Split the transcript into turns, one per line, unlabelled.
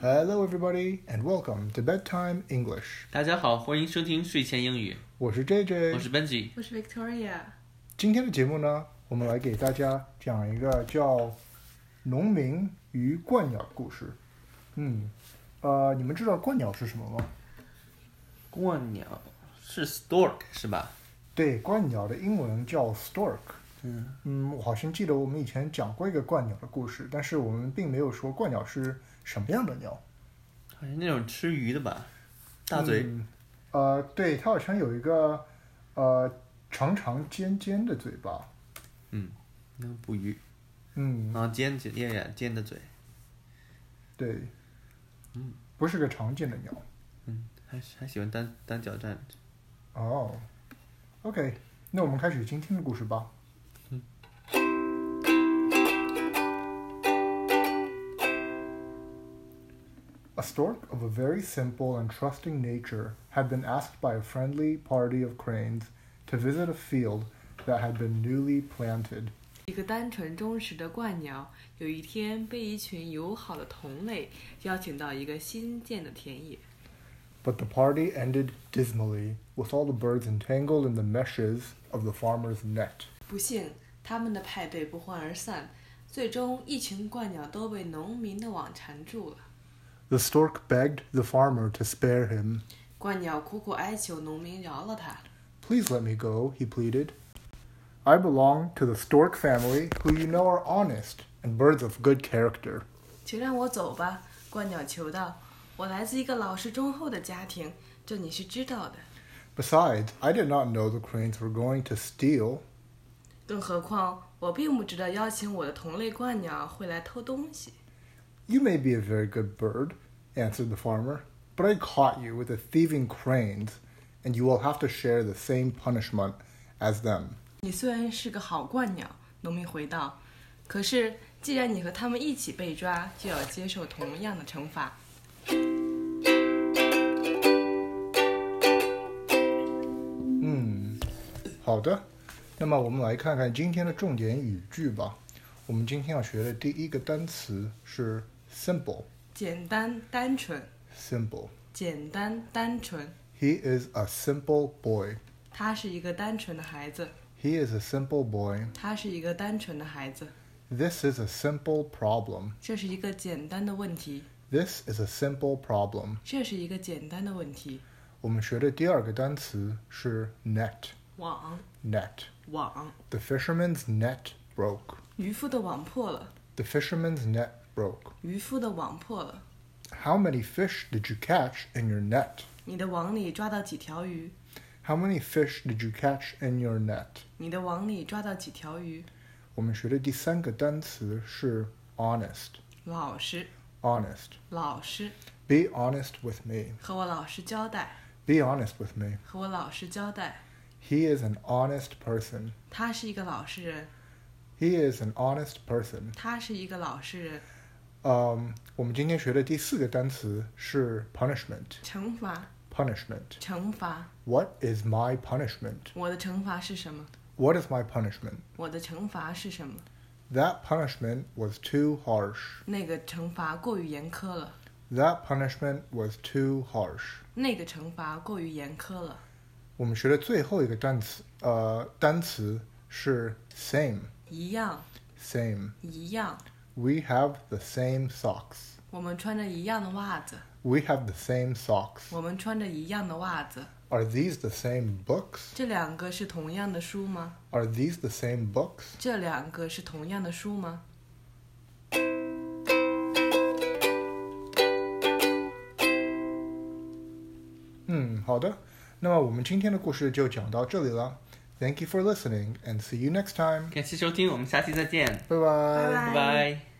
Hello, everybody, and welcome to bedtime English.
大家好，欢迎收听睡前英语，
我是 J
我
J。
是 Benji。
我是 Victoria，
今天的节目呢，我们来给大家讲一个叫《农民与鹳鸟》的故事。嗯，呃，你们知道鹳鸟是什么吗？
鹳鸟是 stork 是吧？
对，鹳鸟的英文叫 stork。
嗯，
嗯，我好像记得我们以前讲过一个鹳鸟的故事，但是我们并没有说鹳鸟是什么样的鸟。
好像那种吃鱼的吧，大嘴。
嗯呃，对，它好像有一个呃长长尖尖的嘴巴。
嗯，能捕鱼，
嗯，
然后啊尖嘴尖呀尖的嘴，
对，
嗯，
不是个常见的鸟。
嗯，还还喜欢单单脚站着。
哦，OK，那我们开始今天的故事吧。A stork of a very simple and trusting nature had been asked by a friendly party of cranes to visit a field that had been newly planted.
一个单纯忠实的鹳鸟，有一天被一群友好的同类邀请到一个新建的田野。
But the party ended dismally, with all the birds entangled in the meshes of the farmer's net.
不幸，他们的派对不欢而散，最终一群鹳鸟都被农民的网缠住了。
The stork begged the farmer to spare him.
鹳鸟苦苦哀求农民饶了它。
Please let me go, he pleaded. I belong to the stork family, who you know are honest and birds of good character.
请让我走吧，鹳鸟求道。我来自一个老实忠厚的家庭，这你是知道的。
Besides, I did not know the cranes were going to steal.
更何况，我并不知道邀请我的同类鹳鸟会来偷东西。
You may be a very good bird, answered the farmer, but I caught you with the thieving cranes, and you will have to share the same punishment as them.
你虽然是个好鹳鸟，农民回道，可是既然你和他们一起被抓，就要接受同样的惩罚。
好的，那么我们来看看今天的重点语句吧。我们今天要学的第一个单词是 simple。
简单单纯，
Simple.
简单单纯，
He is a simple boy.
他是一个单纯的孩子，
He is a simple boy.
他是一个单纯的孩子。
This is a simple problem.
这是一个简单的问题，
This is a simple problem.
这是一个简单的问题。
我们学的第二个单词是 net.
网
Net.
网，
The fisherman's net broke.
渔夫的网破了，
The fisherman's net broke.
渔夫的网破了。
How many fish did you catch in your net?
你的网里抓到几条鱼？
How many fish did you catch in your net?
你的网里抓到几条鱼？
我们学的第三个单词是 honest.
老实，
Honest.
老实，
Be honest with me.
和我老实交代。
Be honest with me.
和我老实交代，
He is an honest person.
他是一个老实人，
He is an honest person.
他是一个老实人。
嗯，我们今天学的第四个单词是 punishment。
惩罚，
punishment.
惩罚，
What is my punishment?
我的惩罚是什么？
What is my punishment?
我的惩罚是什么？
That punishment was too harsh.
那个惩罚过于严苛了，
That punishment was too harsh.
那个惩罚过于严苛了。
我们学的最后一个单词，呃，单词是 same.
一样，
Same.
一样，
We have the same socks.
我们穿着一样的袜子，
We have the same socks.
我们穿着一样的袜子。
Are these the same books?
这两个是同样的书吗？
Are these the same books?
这两个是同样的书吗？
嗯，好的，Hmm, 那么我们今天的故事就讲到这里了。Thank you for listening and see you next time.
感谢收听，我们下期再见，
拜拜。
拜拜。